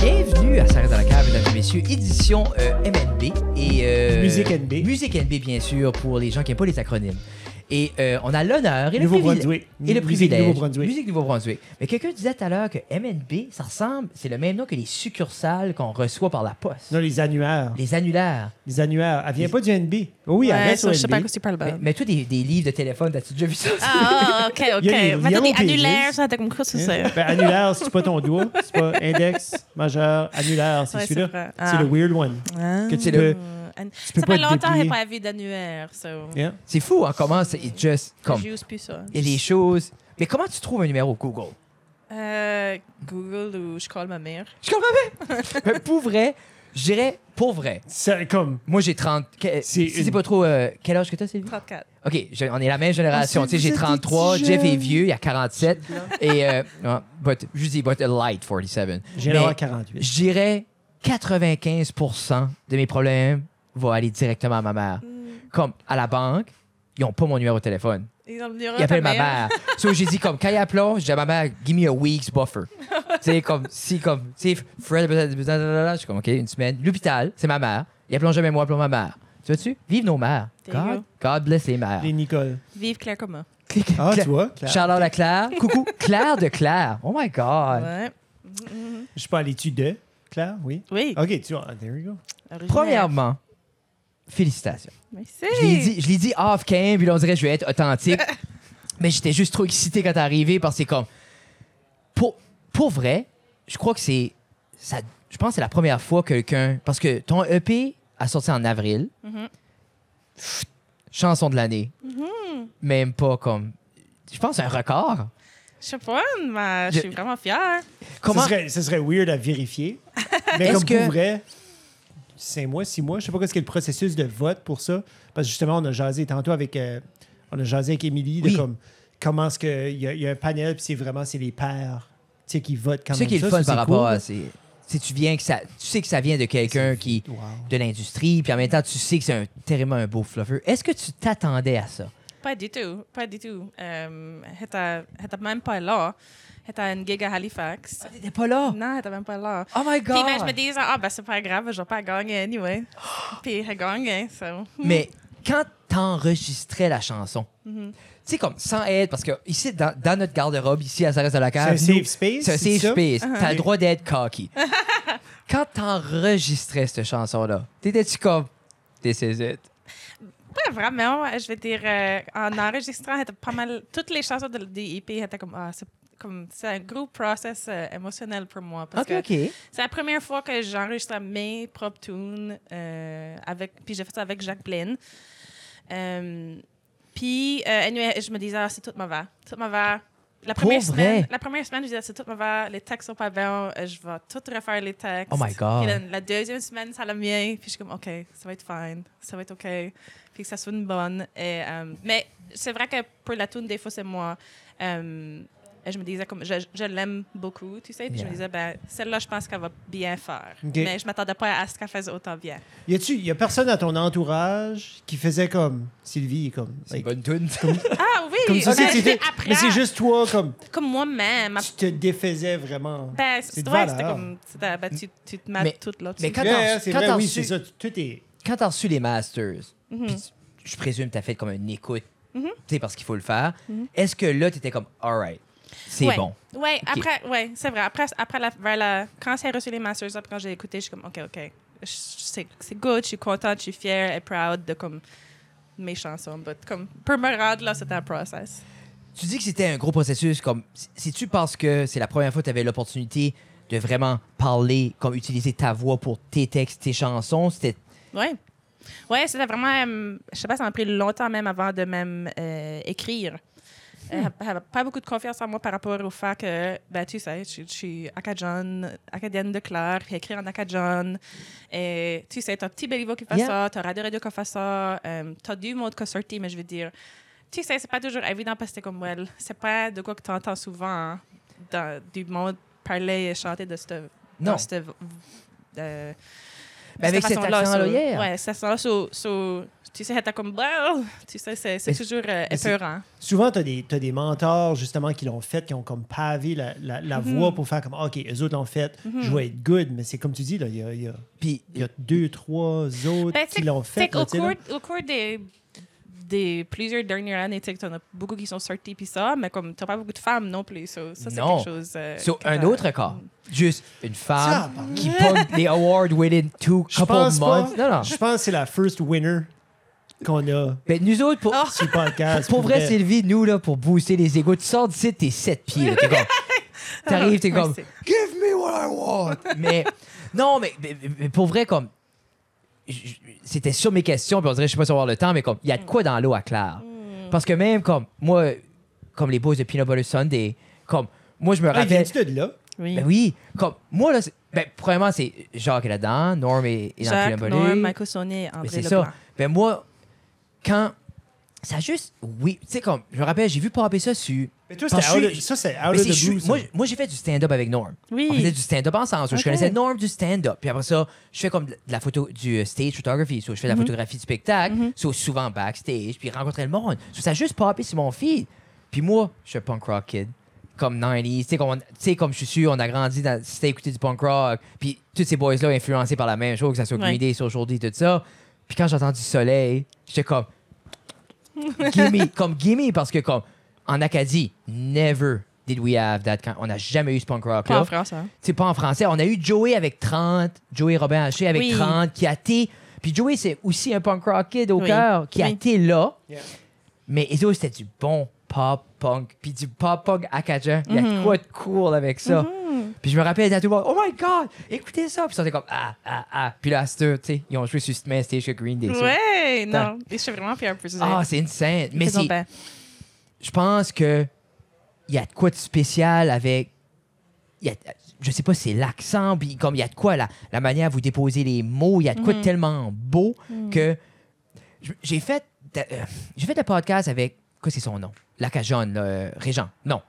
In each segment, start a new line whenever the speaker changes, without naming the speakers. bienvenue à Sarah dans la cave, mesdames et messieurs, édition euh, MNB et euh,
Musique NB.
Musique NB bien sûr pour les gens qui n'aiment pas les acronymes. Et euh, on a l'honneur et le privilège
Nouveau-Brunswick.
et le
Musique
privilège
Nouveau-Brunswick.
Musique Nouveau-Brunswick. Mais quelqu'un disait tout à l'heure que MNB ça ressemble, c'est le même nom que les succursales qu'on reçoit par la poste.
Non, les annuaires.
Les annulaires.
Les annuaires. Elle vient pas du NB. Oh Oui, elle
Ouais,
reste
ça,
au
je sais pas à
NB.
quoi tu parles.
Mais, mais toi, des, des livres de téléphone, t'as-tu déjà vu ça?
Ah, ah, ok, ok.
Il y a les
Maintenant, des
yellow pages.
annulaires, ça, t'as compris, c'est ça.
Hein? Ben, annulaire, c'est pas ton doigt. C'est pas index, majeur, annulaire, c'est
Ouais,
celui-là.
c'est vrai. Ah.
C'est le weird one. Que tu
C'est
peux.
le-
peux
Hein? ça
pas
fait
te
longtemps que
déplier.
j'ai pas vu d'annulaire. So.
Hein?
C'est fou, hein, comment c'est it's just comme.
J'use plus ça.
Il y a des choses. Mais comment tu trouves un numéro Google?
Euh, Google ou je colle ma mère.
Je comprends pas. Mais pour vrai, je dirais pour vrai.
C'est comme.
Moi, j'ai 30. que-
C'est
si c'est
une-
pas trop. euh, quel âge que t'as, Sylvie?
34.
OK, je- on est la même génération.
Ah,
Tu sais,
c'est-
j'ai
vous êtes des
33,
petits
Jeff est
jeunes.
vieux, il a 47. et. Euh, ouais, but, je dis, but a light 47.
J'ai
Mais
l'air 48.
Je dirais 95 de mes problèmes vont aller directement à ma mère.
Mm.
Comme à la banque, ils n'ont pas mon numéro de téléphone.
Ils ont le
Ils
numéro de ta
appellent ma mère. so, j'ai dit, comme, quand il appelait, j'ai dit à ma mère, give me a week's buffer. tu sais, comme, si, comme, tu sais, Fred, je suis comme, OK, une semaine. L'hôpital, c'est ma mère. Ils appellent jamais moi, appelons ma mère. Tu vois-tu? Vive nos mères.
There you
God,
go.
God bless les mères.
Les Nicole.
Vive Claire Coma.
Ah,
Cla-
tu vois, Claire.
Charlotte la Claire. Coucou, Claire de Claire. Oh my God.
Ouais.
Je suis pas allé tu de Claire, oui.
Oui.
OK, tu vois. ah, There you go.
Originaire.
Premièrement, félicitations.
Merci.
Je l'ai dit, je l'ai dit off cam, puis là, on dirait que je vais être authentique. mais j'étais juste trop excité quand t'es arrivé parce que c'est comme pour pour vrai, je crois que c'est ça je pense que c'est la première fois que quelqu'un parce que ton EP a sorti en avril. Pfft, Chanson de l'année. Même pas comme je pense un record.
Je sais pas, mais je suis vraiment fière.
Ce
Comment
serait, ce serait weird à vérifier. Mais
Est-ce
comme
que-
pour vrai, 5 mois, 6 mois, je sais pas ce qu'est le processus de vote pour ça. Parce que justement, on a jasé tantôt avec, euh, on a jasé avec Émilie de
Oui.
comme, comment est-ce que- il y, a- il y a un panel, puis c'est vraiment c'est les pairs tu sais, qui votent quand
Tu sais
même.
qui est le
ça,
fun
ça,
par
c'est cool.
rapport à c'est si tu viens que ça tu sais que ça vient de quelqu'un qui
Wow.
de l'industrie puis en même temps tu sais que c'est un tellement un beau fluffer. Est-ce que tu t'attendais à ça
Pas du tout, pas du tout. Euh, J'étais j'étais même pas là. J'étais à une gig à Halifax.
T'étais pas là.
Non, j'étais même pas là.
Oh my
Puis
god.
mais je me disais, ah, ben c'est pas grave, je vais pas gagner anyway. Puis j'ai gagné, so.
Mais
hmm.
quand t'enregistrais la chanson,
Mm-hmm.
tu sais, comme sans aide, parce que ici, dans, dans notre garde-robe, ici à Sarès de la Cave,
C'est un
nous-
safe space,
C'est un
c'est
safe
ça?
space.
Uh-huh.
T'as le droit d'être cocky. quand t'enregistrais cette chanson-là, t'étais-tu comme. This is it.
Pas vraiment, je veux dire, euh, en enregistrant, j'étais pas mal. Toutes les chansons de, des EP étaient comme, ah, c'est comme, c'est un gros process euh, émotionnel pour moi. Parce que C'est la première fois que j'enregistre mes propres tunes. euh, avec, puis j'ai fait ça avec Jacques Blaine. Euh, puis, euh, anyway, je me disais, ah, c'est toute ma va. Toute ma va. La
Pour
première,
vrai?
semaine, la première semaine, je disais, c'est toute ma va. Les textes sont pas bons. euh, je vais tout refaire les textes.
Oh my God.
Puis la, la deuxième semaine, ça l'a bien. Puis je suis comme, OK, ça va être fine. Ça va être OK. Puis que ça sonne bonne. Et, euh, mais c'est vrai que pour la tune, des fois, c'est moi. Euh, et je me disais, comme, je, je l'aime beaucoup, tu sais. Puis je me
Yeah.
disais, ben, celle-là, je pense qu'elle va bien faire.
OK.
Mais je m'attendais pas à ce qu'elle fasse autant bien.
Y a-tu, y a personne dans ton entourage qui faisait comme Sylvie, comme.
C'est
like,
une bonne tune.
Ah oui!
Comme ça,
ben,
c'est-
je l'ai
c'est-
appris
mais
à-
c'est juste toi, comme,
Comme moi-même.
tu te défaisais vraiment.
Ben,
c'est
c'est
de
ouais,
valeur.
c'était comme. c'était- ben, tu, tu te mets
Mais-
toute là
mais quand
Ouais,
t'as-
hein, c'est
quand
vrai,
t'as
oui,
reçu-
c'est ça. Tout est.
quand t'as reçu les masters,
Mm-hmm.
puis tu- je présume t'as fait comme une écoute, tu sais, parce qu'il faut le faire. Est-ce que là, t'étais comme, alright, c'est
Mm-hmm. ouais.
bon.
Ouais,
Ok.
après, ouais, c'est vrai. Après, après la, vers la, quand j'ai reçu les masters, après quand j'ai écouté, je suis comme, OK, OK. Je- C'est c'est good, je suis contente, je suis fière et proud de comme, mes chansons. But, comme, pour me rendre là, c'était un process.
Tu dis que c'était un gros processus. Comme, si tu penses que c'est la première fois que tu avais l'opportunité de vraiment parler, comme utiliser ta voix pour tes textes, tes chansons, c'était.
Ouais. Ouais, c'était vraiment. euh, je sais pas, ça m'a pris longtemps même avant de même euh, écrire. Euh, j'avais pas beaucoup de confiance en moi par rapport au fait que, ben, tu sais, je, je suis acadienne, acadienne de Claire, puis écrire en acadienne. Et tu sais, t'as Petit Béliveau qui fait
Yeah.
ça, t'as Radio Radio qui fait ça, euh, t'as du monde qui a sorti, mais je veux dire, tu sais, c'est pas toujours évident parce que c'est comme, well, c'est pas de quoi que t'entends souvent hein, dans- du monde parler et chanter de cette.
Non.
dans cette, euh,
Mais avec cet accent-là hier.
Oui, cet accent-là, so- so- tu sais, t'as comme... Bah, tu sais, c'est c'est
Mais-
toujours euh,
mais c'est-
épeurant.
Souvent, tu as, des mentors, justement, qui l'ont fait, qui ont comme pavé la, la, la voie pour faire comme, OK, eux autres l'ont fait, je vais être good. Mais c'est comme tu dis, là, il y a, il y a-
Puis
il y a deux, trois autres
Ben, tu sais-
qui l'ont
tu sais
fait.
qu'au
là, tu sais, là.
cours- au cours des, des plusieurs dernières années, tu sais, t'en as beaucoup qui sont sortis puis ça, mais comme t'as pas beaucoup de femmes non plus, so, ça c'est
Non.
quelque chose. euh,
sur
que
un
t'as-
autre corps. Juste une
Ça,
femme
pardon.
qui pogne des awards within two
Je
couple
pense,
months.
pas,
Non, non.
je pense que c'est la first winner qu'on a
Mais nous autres, pour,
Oh.
sur le podcast.
Ah, pour vrai, Sylvie, nous, là, pour booster les égos, tu sors d'ici, t'es sept pieds. là, T'es comme. T'arrives, t'es
Ah,
comme. ben
Merci.
Give me what I want! mais. Non, mais, mais- mais pour vrai, comme. j- j- C'était sur mes questions, puis on dirait, je sais pas si on va avoir le temps, mais comme, il y a de quoi dans l'eau à Claire.
Hmm.
Parce que même comme, moi, comme les boys de Peanut Butter Sunday, comme, moi, je me
Ah, il
rappelle.
vient-tu de là?
Oui.
Ben oui, comme, moi, là, c'est- ben, premièrement, c'est Jacques est là-dedans, Norm est, est dans
Jacques,
Peanut Butter.
Norm, Michael Sonnet,
Mais
André
c'est
Leblanc.
ça. Ben moi, quand. Ça a juste. Oui. Tu sais, comme. Je me rappelle, j'ai vu popper ça sur.
Mais toi,
Parce
c'était out
que
of-
je-
ça, c'est
Mais
out of
c'est- je-
the blue. ça.
moi, j- moi, j'ai fait du stand-up avec Norm.
Oui.
On faisait du stand-up ensemble. so Je
Ok.
connaissais Norm du stand-up. Puis après ça, je fais comme de la photo du euh, stage photography. So, je fais de la
Mhm.
photographie du spectacle. so, souvent backstage. Puis rencontrer le monde. So, ça a juste popé sur mon feed. Puis moi, je suis un punk rock kid. Comme 90s. Tu sais, comme, on- tu sais, comme je suis sûr, on a grandi dans. C'était écouté du punk rock. Puis tous ces boys-là influencés par la même chose, que ça soit
Ouais.
Green Day, Social D, tout ça. Puis quand j'ai entendu Soleil, j'étais comme. gimme, comme gimme, parce que comme en Acadie, never did we have that kind. On n'a jamais eu ce punk rock
Pas
là.
en France, hein.
C'est pas en français. On a eu Joey avec 30, Joey Robin Haché avec
Oui.
30, qui a été. Puis Joey, c'est aussi un punk rock kid au
Oui.
cœur, qui a
Oui.
été là.
Yeah.
Mais les autres, c'était du bon pop punk, puis du pop punk acadien. Il y a
Mhm.
de quoi de cool avec ça. Puis je me rappelle, ils étaient tout le monde, oh my god, écoutez ça. Puis ils étaient comme, ah, ah, ah. Puis là, à cette heure, tu sais, ils ont joué sur ce main stage que Green Day. ça.
Ouais, non. Et je suis vraiment fière pour ça.
Ah, c'est insane. Mais
Ils sont
c'est
bien.
je pense que il y a de quoi de spécial avec. il Y a, je sais pas, c'est l'accent, puis comme il y a de quoi, la, la manière vous déposez les mots, il y a de quoi de tellement beau que. je- J'ai fait. de- euh, J'ai fait le podcast avec. Quoi, c'est son nom? Lacajonne, là, euh, Régent. Non.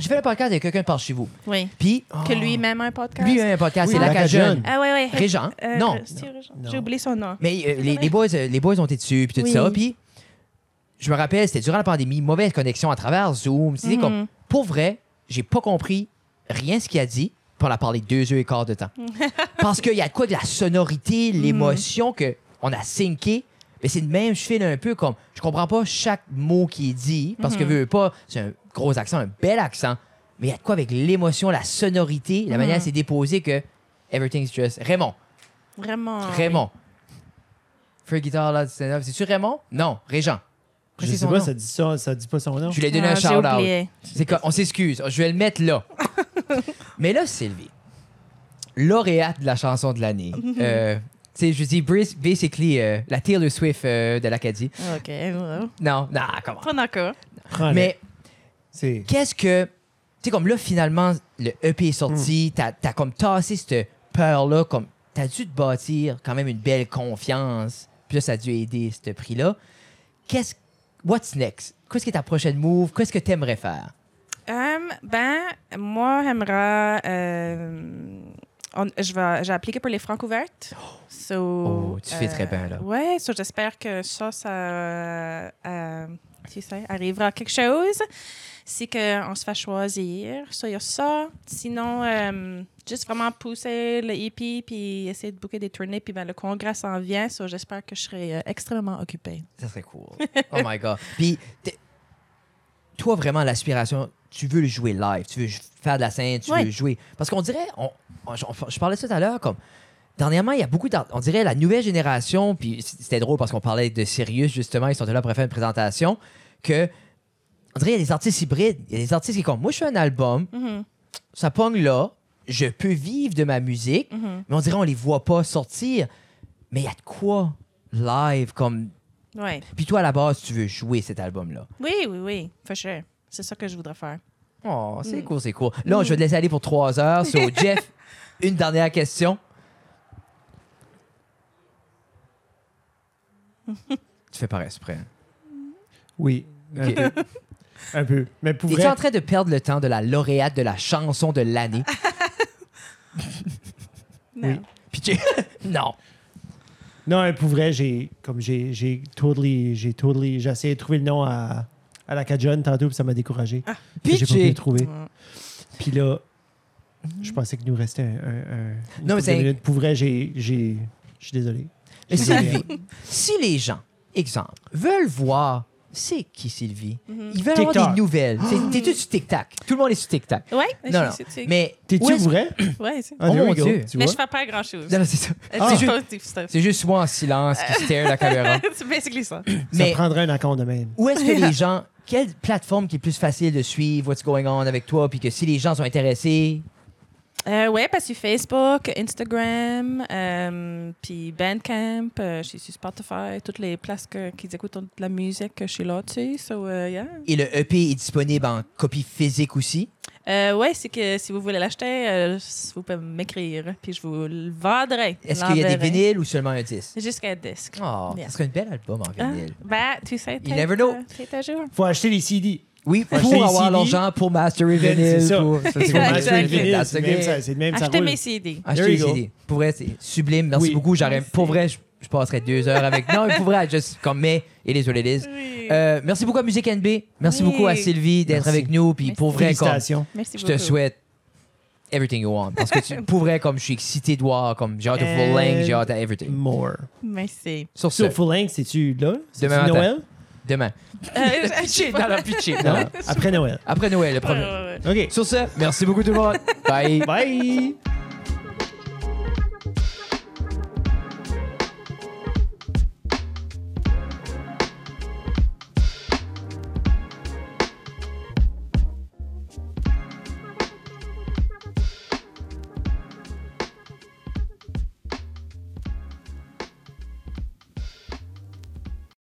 J'ai fait le podcast avec quelqu'un de par chez vous.
Oui.
Puis.
Que
oh,
lui-même a un podcast.
Lui, il a un podcast,
Oui,
c'est
Lacajonne.
Lacajonne.
Ah, ouais, ouais.
Régent. hein?
Euh,
non.
c'est Régent.
Non.
J'ai oublié son nom.
Mais euh, les, les boys, euh, les boys ont été dessus, puis tout
Hein? Oui.
ça. Puis, je me rappelle, c'était durant la pandémie, mauvaise connexion à travers Zoom. C'était
Mhm.
comme, pour vrai, j'ai pas compris rien ce qu'il a dit. Puis on a parlé deux heures et quart de temps. Parce qu'il y a de quoi de la sonorité,
Mhm.
l'émotion que on a synché. Mais c'est de même, je file un peu comme, je comprends pas chaque mot qui est dit, parce
Mhm.
que veux, veux pas, c'est un gros accent, un bel accent. Mais il y a de quoi avec l'émotion, la sonorité,
Mhm.
la manière dont c'est déposé que everything's just. Raymond,
Vraiment.
Raymond. Free guitar là, stand-up. C'est-tu Raymond? Non, Régent.
Je
C'est
sais
son
pas,
nom.
ça dit, ça, ça dit pas son nom.
Je lui ai donné
Ah,
un
j'ai
shout-out.
oublié.
C'est quoi? On s'excuse. Je vais le mettre là. Mais là, Sylvie, lauréate de la chanson de l'année.
Mhm.
euh, tu sais, je dis bris- basically euh, la Taylor Swift euh, de l'Acadie.
OK. voilà.
Non, non, comment?
Pas d'accord.
Prends-le.
Mais
C'est-
qu'est-ce que. Tu sais, comme là, finalement, le EP est sorti, t'as t'as comme tassé cette peur-là, comme t'as dû te bâtir quand même une belle confiance, puis là, ça a dû aider ce prix-là. Qu'est-ce. What's next? Qu'est-ce que ta prochaine move? Qu'est-ce que t'aimerais faire?
Euh, ben, moi, j'aimerais. euh, on- je vais- J'ai appliqué pour les francs ouvertes. So, euh,
Oh, tu fais très bien, là.
Ouais, so j'espère que ça, ça euh, euh, tu sais, arrivera à quelque chose. Si que on se fait choisir. So, il y a ça. Sinon, euh, juste vraiment pousser le hippie puis essayer de booker des tournées. Puis ben, le congrès s'en vient. So, j'espère que je serai euh, extrêmement occupée.
Ça serait cool. Oh my God. Puis, t'es- toi, vraiment, l'aspiration, tu veux le jouer live, tu veux ju- faire de la scène, tu
Ouais.
veux jouer. Parce qu'on dirait, on, on- je, on- je parlais de ça tout à l'heure, comme. Dernièrement, il y a beaucoup d'art- On dirait la nouvelle génération, puis c- c'était drôle parce qu'on parlait de Sirius, justement, ils sont là pour faire une présentation, que. On dirait qu'il y a des artistes hybrides. Il y a des artistes qui comme Moi, je fais un album, ça pogne là, je peux vivre de ma musique, mais on dirait on les voit pas sortir. Mais il y a de quoi live, comme
Ouais.
puis toi, à la base, tu veux jouer cet album-là.
Oui, oui, oui. For sure. C'est ça que je voudrais faire.
Oh, c'est cool, c'est cool. Là, je vais te laisser aller pour trois heures. So, Jeff, une dernière question. tu fais par exprès. hein.
Oui. Un
Ok.
peu. Un peu. Mais pour
Es-tu
vrai,
en train de perdre le temps de la lauréate de la chanson de l'année?
Non.
Oui.
pitché. non.
Non, pour vrai, j'ai comme j'ai j'ai totally j'ai totally j'ai essayé de trouver le nom à à la Cajun tantôt puis ça m'a découragé. Puis j'ai
Ah,
pas pu
Pitché. Mm-hmm.
le trouver.
Ouais.
Puis là, je pensais qu'il nous restait un, un- un- une
Non, mais
couple de
c'est-
minutes. Pour vrai, j'ai j'ai je suis désolé.
Mais
J'ai désolé.
Sylvie, si les gens, exemple, veulent voir c'est qui Sylvie, ils veulent avoir
TikTok.
des nouvelles. C'est- T'es tout sur TikTok. Tout le monde est sur TikTok.
Ouais,
Non, non.
je suis
Mais où
T'es-tu
est-ce-
vrai?
Ouais, c'est-
Ah, there
Oh,
we
mon
go.
Dieu.
Tu
mais
vois?
je fais pas grand chose.
Non, non, c'est ça.
C'est
C'est juste,
juste.
Ah! c'est juste moi en silence qui stare la caméra.
C'est basically ça.
Ça
Mais
prendrait un account de même.
où est-ce que les gens, quelle plateforme qui est plus facile de suivre what's going on avec toi, puis que si les gens sont intéressés,
Euh, ouais, parce que Facebook, Instagram, euh, puis Bandcamp, euh, je suis sur Spotify, toutes les places que- qu'ils écoutent de la musique, je suis là, tu sais. So, euh, yeah.
et le EP est disponible en copie physique aussi.
Euh, ouais, c'est que si vous voulez l'acheter, euh, vous pouvez m'écrire, puis je vous le vendrai.
Est-ce qu'il y a des
l'enverrai.
vinyles ou seulement un disque?
Jusqu'à disque.
Oh,
Yeah.
ce serait un bel album en
Ah,
vinyle.
ben, tu sais, euh,
You never know.
C'est à jour.
Faut acheter les CD.
Oui, pour
Faut acheter
avoir
les CD.
l'argent, pour masterer
C'est
vinyle.
ça.
pour- ça, c'est
Faut
comme
Exactly.
acheter les
masterer
vinyles,
vinyle, that's the
c'est de même
game.
ça- c'est de même ça
Achetez
roule.
mes CD.
Achetez
There
les
you go.
CD. Pour vrai, c'est sublime. Merci
Oui.
beaucoup. J'aurais-
Merci.
Pour vrai, je, je passerais deux heures avec. Non, mais pour vrai, juste comme mais et les Olilis.
Oui.
Euh, merci beaucoup à Musique NB. Merci
Oui.
beaucoup à Sylvie d'être
Merci.
avec nous. Puis pour vrai, comme,
Félicitations.
Merci
je
beaucoup.
te souhaite everything you want. Parce que tu, pour vrai, comme je suis excité de voir, comme j'ai hâte au full length, j'ai hâte à everything.
More.
Merci.
Sur ce,
Euh, Sur Full Length, c'est-tu là? C'est-tu
Demain matin.
Noël?
demain.
Euh, je-
Pitché, non, non, pitché. non,
Non,
non.
après Noël.
Après Noël, le
Euh.
Ouais,
premier.
ouais, ouais.
OK.
Sur ce, merci beaucoup tout le monde. Bye.
Bye!